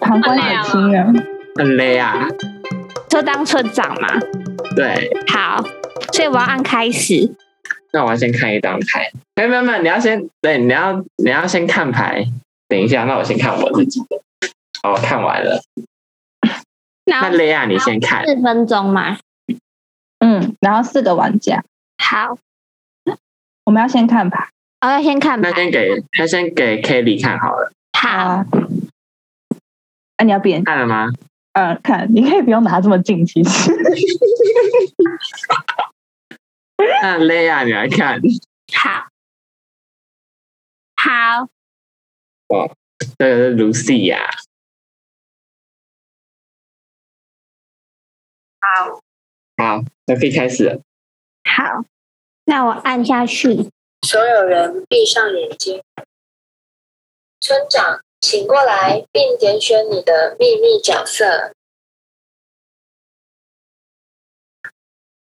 航空很轻啊，很累啊。就当村长嘛。对，好，所以我要按开始。那我要先看一张牌。哎，没有没有，你要先对，你要你要先看牌。等一下，那我先看我自己的。哦，我看完了。那那雷亚你先看，四分钟嘛。嗯，然后四个玩家，好，我们要先看牌我要先看那牌。先给他先给 Kelly 看好了，好，。哎、你要变看了吗？呃，看，你可以不用拿这么近，其实 那雷亚你来看，好，好，这个是 Lucy 呀、好，好，那可以开始了。好，那我按下去。所有人闭上眼睛。村长，请过来，并点选你的秘密角色。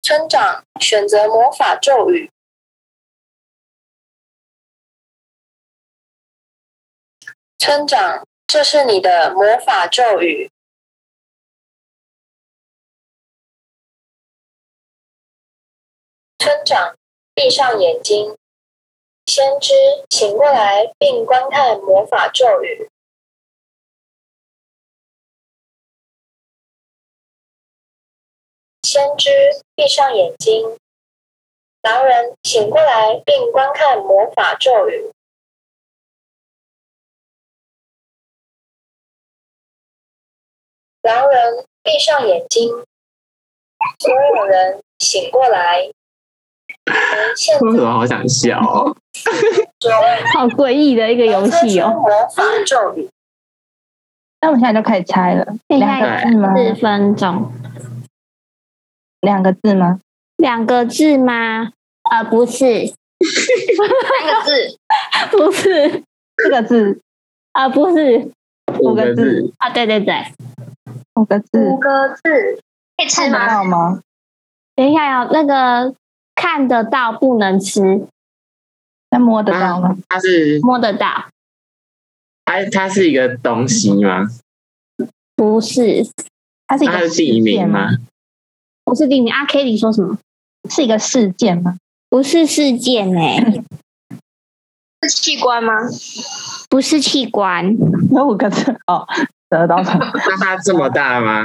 村长，选择魔法咒语。村长，这是你的魔法咒语。村长，闭上眼睛。先知，醒过来并观看魔法咒语。先知，闭上眼睛。狼人，醒过来并观看魔法咒语。狼人，闭上眼睛。所有人，醒过来。我们现为什么好想笑、哦？在。好诡异的一个游戏哦。魔法咒语，那我们现在就开始猜了，现两在个字吗？四分钟，两个字吗？两个字吗？呃，不是，三个字， 不是，四个字，呃，不是五五个个字，啊，对对对，五个字，五个字，可以看得到吗？等一下哟、那个看得到不能吃，那摸得到吗？它是摸得到它它是一个东西吗？不是，它是一它个是事地名件吗？？不是地名。阿 K 你说什么？是一个事件吗？不是事件哎、 是器官吗？不是器官，有五个字 哦，得到了。那它这么大吗？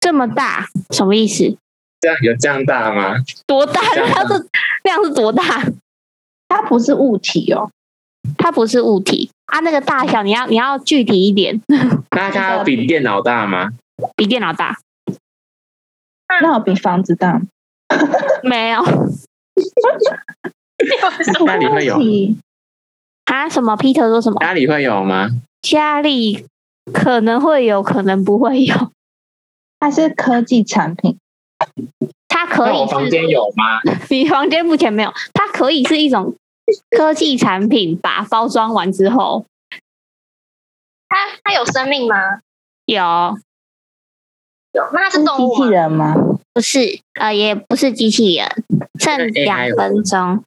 这么大什么意思？这样有这样大吗？多大？这样它是量是多大？它不是物体哦，它不是物体，它、那个大小你要你要具体一点，那它比电脑大吗？比电脑大那我比房子大吗。没有那里会有物体啊？什么？Peter 说什么？家里会有吗？家里可能会有，可能不会有。它是科技产品，它可那我以房是，间有吗？你房间目前没有，它可以是一种科技产品吧？包装完之后它它有生命吗？有，有，那它是是动机物器吗？人吗？不是呃，也不是机器人。那剩 AI 两有分钟，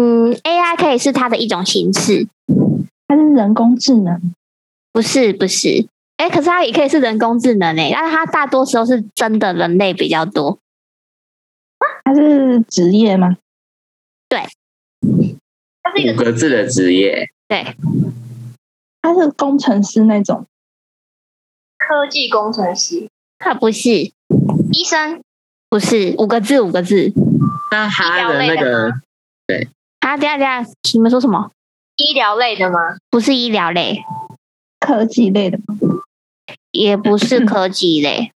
嗯，AI 可以是它的一种形式，它是人工智能，不是不是。哎，可是它也可以是人工智能诶，但是它大多时候是真的人类比较多。它是职业吗？它是一五个个字的职业，它是工程师那种，科技工程师，它不是医生，不是五个字五个字。那它的那医疗类的个啊，等一下等一下，你们说什么？医疗类的吗？不是医疗类，科技类的吗，也不嗯是科技类，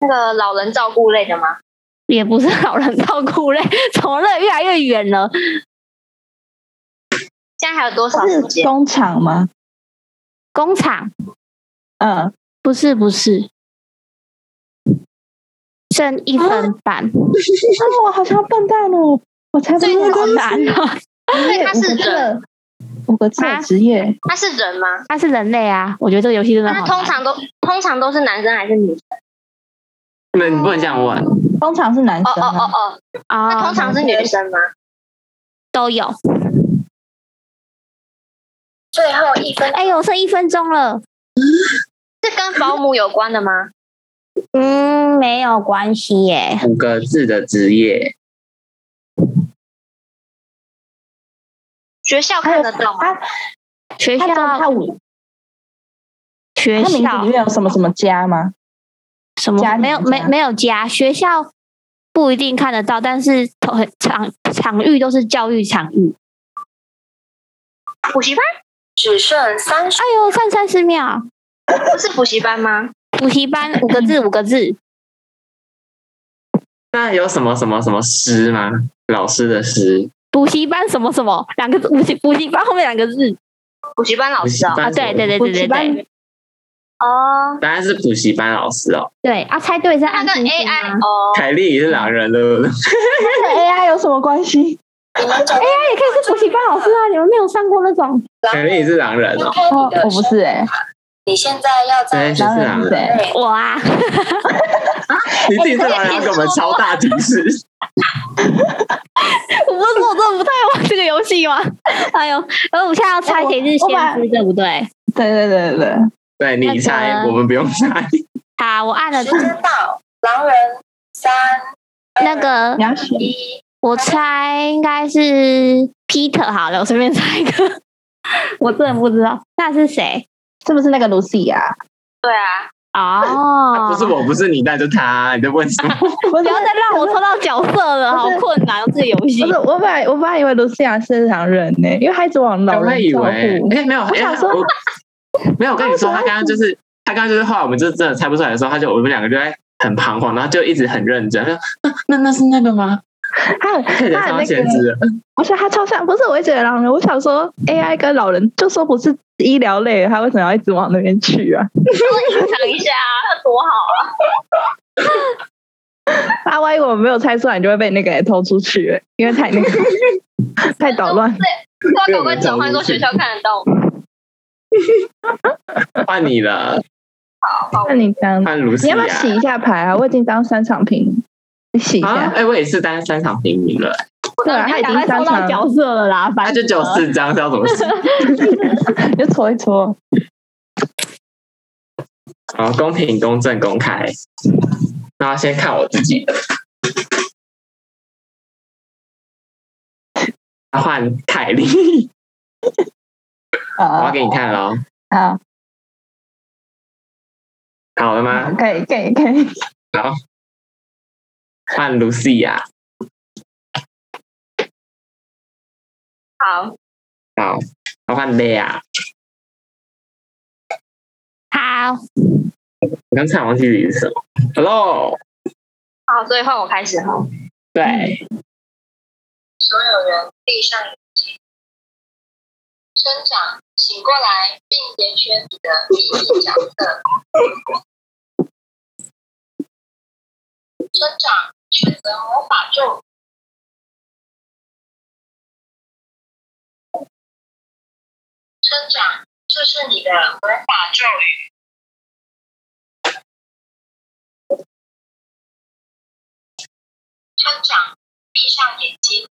那个老人照顾类的吗？也不是老人照顾类， 怎么了？越来越远了。现在还有多少它时是间？工厂吗？工厂嗯，不是不是，剩一啊分半，那我好像笨蛋哦，我才不所以是 好它工难哦。职业它五是个字的，五个字的职业，他是人吗？它是人类 啊，我觉得这个游戏真的但是好通难。常都通常都是男生还是女生？那你不能这样问。通常是男哦生哦啊，哦哦，那啊通常是女生吗？都有，最后一分，哎呦，剩一分钟了。这跟保姆有关的吗？嗯，没有关系耶。五个字的职业，学校看得到吗？他学他校真的他五学他名字校里面有什么什么家吗？什么家庭没有家没没有家，学校不一定看得到，但是同场场域都是教育场域。补习班只剩三十哎呦，剩三十秒。不是补习班吗？补习班五个字，五个字，那有什么什么什么师吗？老师的师，补习班什么什么两个字，补习补习班后面两个字补习班老补习师哦。啊，班什么对对对补对习对班对哦，答案是补习班老师哦。对啊，猜对是那按啊跟星星吗 AI 哦，凯莉也是狼人，对不跟对？AI 有什么关系？你们找到那也可以是补习班老师啊，你们没有上过那种凯莉也是狼人拉哦，开哦，你的我不是哎、你现在要在对是狼人是欸谁？内我啊，你自己是狼人，要给我们超大提示。 我不是说我真的不太玩这个游戏吗？ 哎呦，而我们现在要猜谁是我我把先知，对不对？对对对对对，对你猜，我们不用猜。好，我按了时间到，狼人 三那个你，要选一，我猜应该是 Peter 好了，我随便猜一个，我真的不知道那是谁是不是那个 Lucy 啊？对啊，哦，不是我，不是你，那就他。你在问什么？不不要再让我抽到角色了，好不是困难哦这个游戏不。是，我本来我本来以为卢西亚是狼人呢、因为他一直往老我人以照为顾，。哎，没有，我想哎说 我没有。我跟你说，他刚刚就是他刚刚就是后来我们就真的猜不出来的时候，他就我们两个就在很彷徨，然后就一直很认真，他说啊那那是那个吗？他很太得他很上那先个，知了。而且他超像，不是我一直以为狼人，我想说 AI 跟老人就说不是医疗类的，他为什么要一直往那边去啊？欣赏一下，那多好啊！啊，万一我没有猜出来，你就会被那个偷出去、因为太那个 太捣乱。要赶快转换过学校看得到吗？换你了，那你这样，换卢西你要亚不要。洗一下牌啊？我已经当三场平，你洗一下。啊！哎，我也是单三场平民了，对啊，他已赶经快三抽到场，角色了啦，他反就正只有四张，这要怎么 洗？你就搓一搓。好，公平、公正、公开。那先看我自己的， 换凯莉，我要啊给你看哦喽。啊，好了吗？可以可以可以。换 Lucia。好，好，我换 Lea。好，我刚才忘记你是什么。Hello，好，所以换我开始哈。对，所有人闭上眼睛，村长醒过来，并点选你的秘密角色。村长选择魔法咒，村长，这是你的魔法咒语。村长闭上眼睛，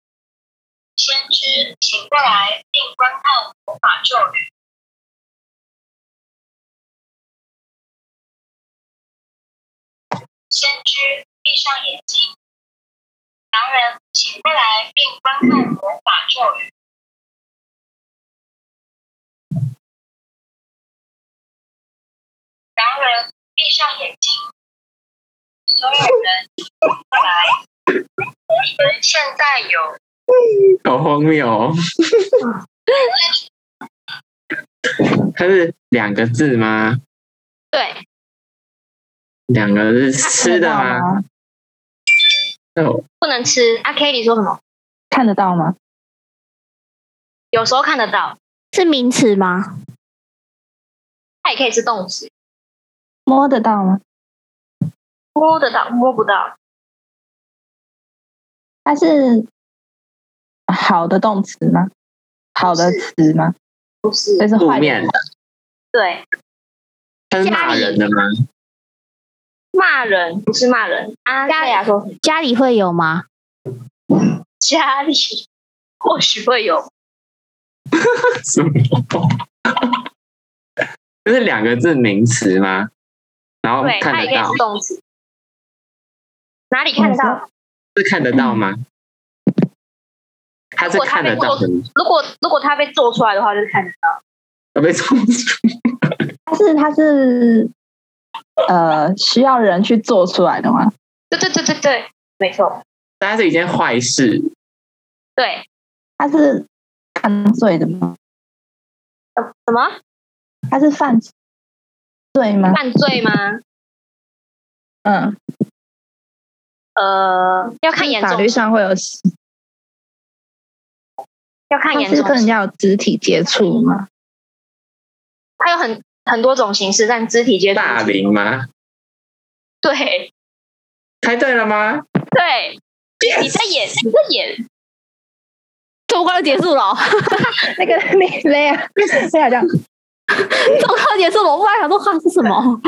先知醒过来并观看魔法咒语。先知闭上眼睛，狼人醒过来并观看魔法咒语。狼人闭上眼睛，所有人醒过来。你们现在有好荒谬哦。它是两个字吗？对，两个字吃看的得到吗？吗？哦，不能吃。阿 k 你说什么？看得到吗？有时候看得到，是名词吗？它也可以是动词，摸得到吗？摸得到，摸不到。它是好的动词吗？好的词吗？不是，这是负坏的面的，对，它是骂人的吗？骂人不是骂人。阿家盖亚说家里会有吗？ 家里或许会有，什么？就是两个字名词吗？然后对，看它得也可以到是动词。哪里看得到？是看得到吗？他是看得到的吗，如果如果它被做出来的话，就是看得到。我呃被冲出。它是它是呃需要人去做出来的吗？对对对对对，没错， 它是一件坏事，对。它是犯罪的吗？什么它是犯罪吗？犯罪吗？嗯，呃，要看严法重律性，上会有，要看它严是重跟人性。家有肢体接触吗？它有很很多种形式，但肢体接触是霸凌吗？对猜对了吗？对，你在演，你在演，通告结束了 哦，那个你雷啊，雷啊，这样通告结束了，我忽然想说，哈是什 么？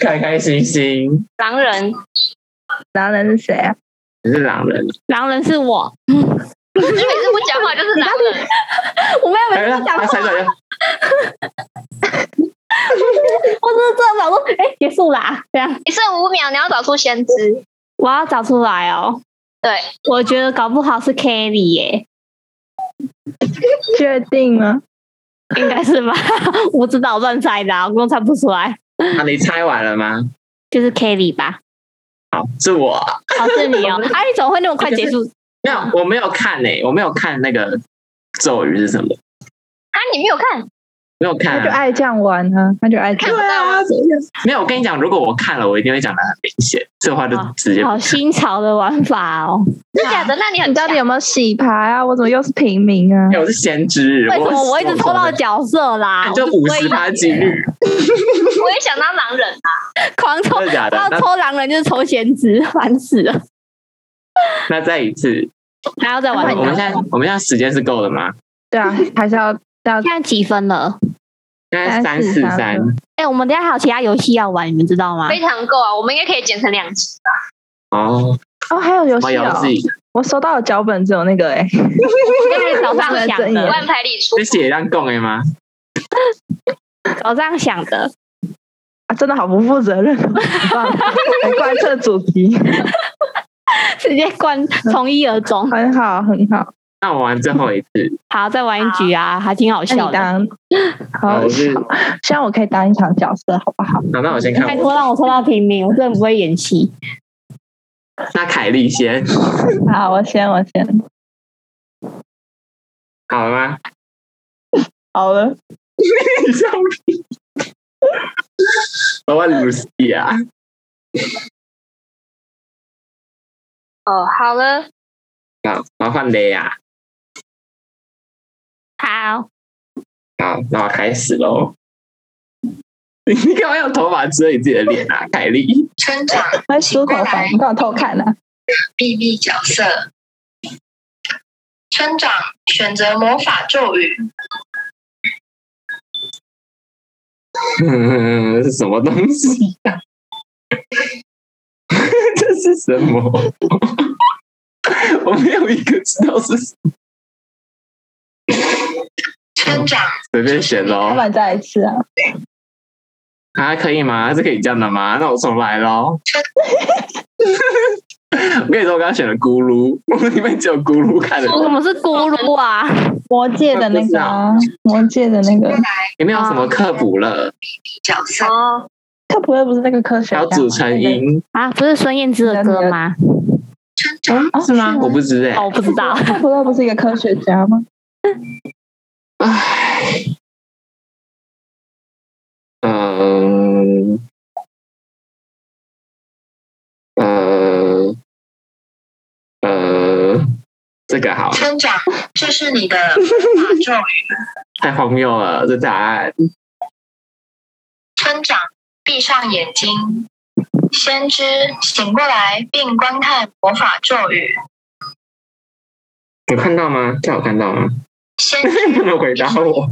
开开心心，狼人狼人是谁啊？你是狼人，狼人是我，你每次不讲话就是男人，我没有哎没有讲他话，猜对了，我只是这样想说，哎、结束啦，这样你剩五秒，你要找出先知。我要找出来哦。对，我觉得搞不好是 Kelly 耶、确定吗？应该是吧？ 我知道我乱猜的、啊，我猜不出来，那啊你猜完了吗？就是 Kelly 吧？好，是我。哦，是你哦，哎、你怎么会那么快结束？没有，我没有看诶、我没有看那个咒语是什么，啊，你没有看，没有看、他就啊。爱这样玩啊，他就爱这看样不到啊吗？没有，我跟你讲，如果我看了，我一定会讲的很明显，这话就直接。哦好新潮的玩法哦！真假的？那你你很到强底有没有洗牌啊？我怎么又是平民啊哎、？我是先知，为什么我一直抽到角色啦？啊就我五是龟十趴几率，我也想当狼人啊，狂抽真，的假的？要那抽狼人就是抽闲职，烦死了！那再一次，还要再我玩们一我们现次。在我们现在时间是够的吗？对啊，还是要要现在几分了？现在三三四四三三，哎、我们等一下还有其他游戏要玩，你们知道吗？非常够啊，我们应该可以剪成两集。哦，哦，还有游我戏游哦，戏，我收到的脚本只有那个哎，我跟你早上想对五的，万牌里出这，写让供哎吗？早上想的，啊，真的好不负责任，哦 很棒，来贯彻主题，直接关从一而终。很好很好。那我玩最后一次，好，再玩一局啊，还挺好那笑的。你 当好我，是希望我可以当一场角色，好不好？好，那我先看拜我，托让我抽到平民，我真的不会演戏。那凯莉先，好，我先我先，好了 吗？好了，你笑屁！我玩露西亚，哦，好了，好，然后换雷亚，好，好，那我开始喽。 你干嘛用头发遮你自己的脸啊，凯莉？ 村长来梳头发，你干嘛偷看啊呢、 B B 角色。村长选择魔法咒语，嗯，是什么东西、啊？ 这是什么？ 我没有一个知道是什么村长随便选要不喽。然再来一次啊！啊，可以吗？是可以这样的吗？那我重来喽。 我跟你说，我刚刚选了咕噜，我里面只有咕噜看得到我们是咕噜啊，魔界的那个、啊，魔界的那个里面有什么科普勒，角色，哦，科普勒不是那个科学还家有吗组成音，啊，不是孙燕姿的歌吗？村长哦是吗？我不知道哦，我不欸。知道，科普勒不是一个科学家吗？唉，呃嗯，呃，呃，这个好，村长，这是你的魔法咒语。太荒谬了，这答案。村长闭上眼睛，先知醒过来并观看魔法咒语。有看到吗？这有看到吗？ 先你知有没有回答我？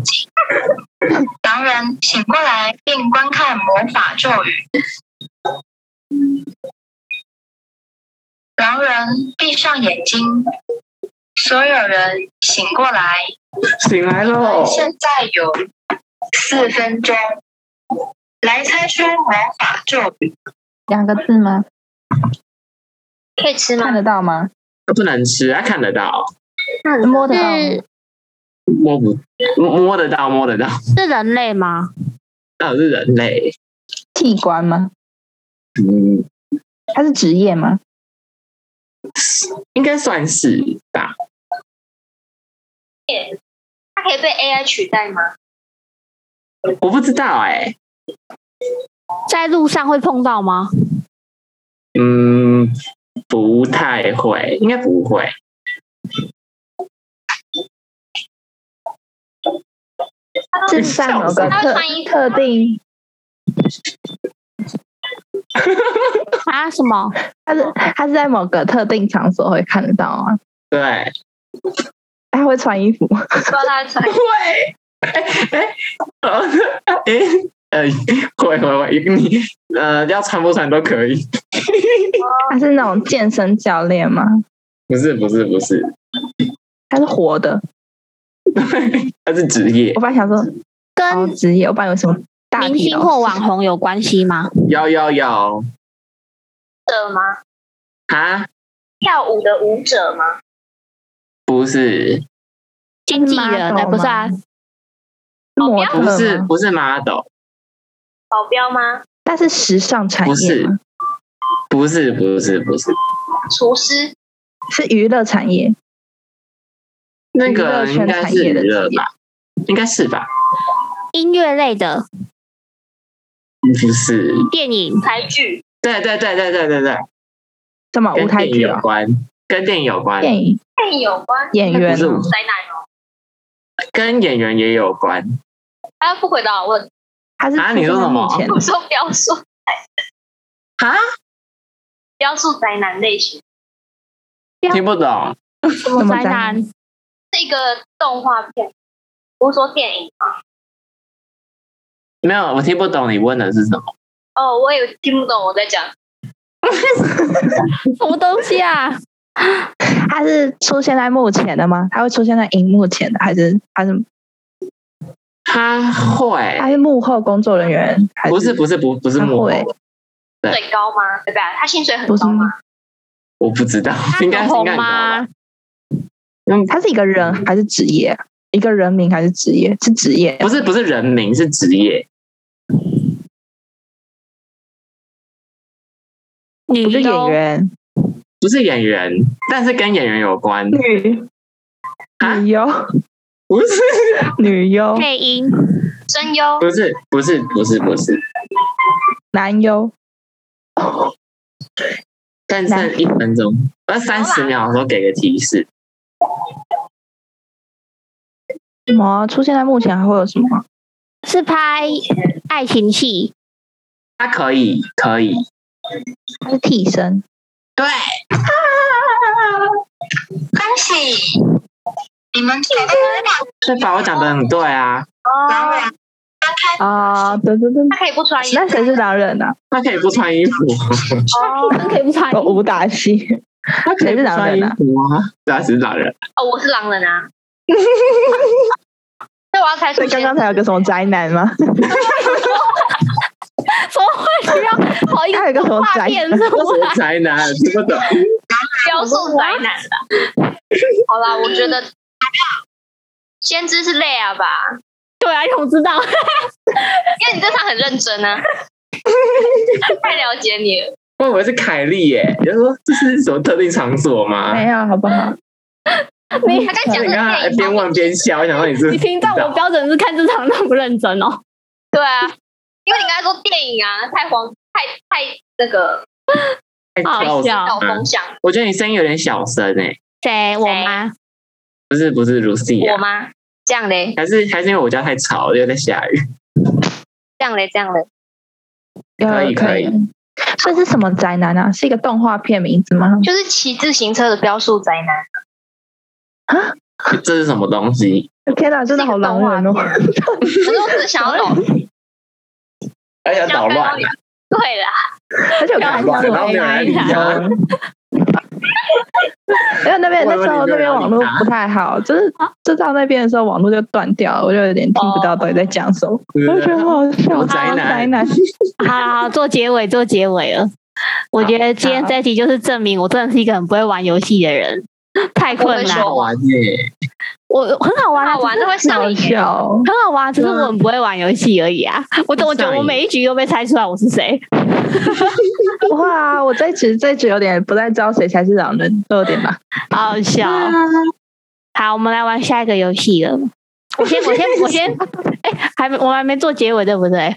狼人醒过来并观看魔法咒语。狼人闭上眼睛，所有人醒过来，醒来喽！现在有四分钟，来猜出魔法咒语。两个字吗？可以吃看吗？得到吗？不能吃，他看得到，摸得到吗？是摸不摸摸得到，摸得到，是人类吗？到底是人类？器官吗？嗯，它是职业吗？应该算是吧。它可以被 AI 取代吗？我不知道哎、在路上会碰到吗？嗯，不太会，应该不会。是上某个它会特穿衣服特定，啊？什么？它是它是在某个特定场所会看得到啊。对，它会穿衣服哦吗？不知道它会 穿衣服。会，哎哎哎呃，会会会，你呃要穿不穿都可以。它是那种健身教练吗？不是不是不是，它是活的。它是职业我。本来想说，哦，跟职业，我本来有什么大明题星哦或网红有关系吗？ 要要要的吗？啊！跳舞的舞者吗？不是经纪人？ model 哎，不是啊，哦模特不是吗，不是 model，保镖吗？但是时尚产不业是吗不是不是不是，厨师？是娱乐产业，那个娱乐圈应该是产业的娱乐职业吧？应该是吧？音乐类的不是，电影，台剧？对对对对对对对，什么啊舞跟台电影剧有哦，关，跟电影有关，电影电影有关？演员不是哦舞宅男哦？跟演员也有关。他不回答我 问题，它是啊你说什么目前我说不要说，啊？不要说宅男类型，听不懂？ 什么什么宅宅男？是一个动画片，不是说电影吗？没有，我听不懂你问的是什么。哦，我也听不懂我在讲。什么东西啊？它是出现在幕前的吗？它会出现在荧幕前的，还是还是他会它是幕后工作人员？还哎不是不是不不是他幕后，会对最高吗？对吧？他薪水很不是高吗？我不知道，他应该很是应红该很高吧吗？他是一个人还是职业？啊一个人名还是职业？是职业不是不是人名，是职业。女不是演优员，不是演员，但是跟演员有关。嗯女啊女优， 不是，女优，配音，声 优不是，不是，不是，不是，男优，但剩一分钟，那三十秒的时候给个提示，什么啊出现在幕前还会有什么啊？是拍爱情戏，他可以，可以，他是替身，对，恭喜你们猜对了，对吧？我讲的很对啊，狼哦，人翻开啊，对对对，他可以不穿衣服，那谁是狼人啊？他可以不穿衣服，哦可以不穿有武打戏，他可以不穿衣服啊，对啊，只是老人，哦，我是狼人 啊。那我要猜出所以刚先刚才有个什么宅男吗？ 什么话题要跑一 还有一个什么画宅面男是啊吗？宅男听不懂，雕塑宅男的。好啦，我觉得先知是累啊吧，对啊，我知 道，因为你这场很认真啊，太了解你了。我以为是凯莉耶，就说这是什么特定场所吗？没有，好不好？你他在讲啊你这刚才个电边影，问边笑，我想说你是你凭照我标准是看这场认不认真哦？对啊，因为你刚才说电影啊，太黄，太太那个太好 close 啊笑嗯导了风。向。我觉得你声音有点小声诶，谁？我吗？不是不是，Lucy 我啊，吗？这样嘞，还是还是因为我家太吵了，又在下雨。 这样嘞，这样嘞。可以可以。所呃以是什么宅男啊？是一个动画片名字吗？就是骑自行车的标速宅男，这是什么东西？天哪，真的好狼人哦！可是我只是想要懂，哎呀，想要捣看到乱你！对啦，而且我刚才捣乱，然后没有人理哎他呀。 没有那边我以那为时候你那没有边要网理络他不太好，就是啊就到那边的时候网络就断掉了，我就有点听不哦到到底在讲什么，对我就觉得很好笑，好宅男宅男。啊 好好好，做结尾，做结尾了。我觉得今天这一题就是证明我真的是一个很不会玩游戏的人， 太困难。好玩耶！我我很好玩啊，好玩，只那是会上好瘾。笑，很好玩啊，只是我很不会玩游戏而已啊。我怎么觉得我每一局都被猜出来我是谁？不会啊！我这一局这一局有点不太知道谁才是狼人，都有点吧。好好笑。好，我们来玩下一个游戏了。我先，我先，我先，哎、还没，我们还没做结尾，对不对？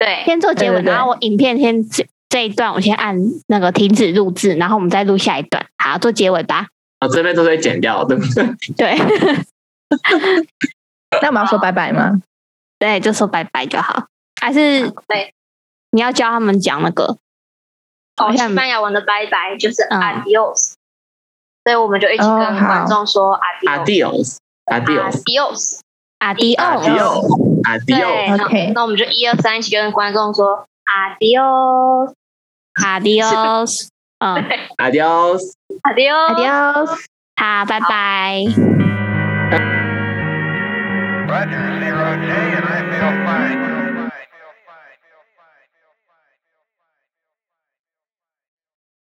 对，先做结尾，对对对然后我影片先这这一段，我先按那个停止录制，然后我们再录下一段。好，做结尾吧。我这边都被剪掉，对不 对对？那我们要说拜拜吗？对，就说拜拜就好。还是对你要教他们讲那个哦，好像西班牙文的拜拜就是嗯 adios，、所以我们就一起哦跟好观众说 adios，adios， Adios，Adios，Adios，Adios。阿迪奥，哦啊对 OK 那我们就一二三一起跟观众说 adios，adios，阿迪奥，嗯， Adios 阿迪奥斯。好，拜拜。 Roger, zero J, and I feel fine.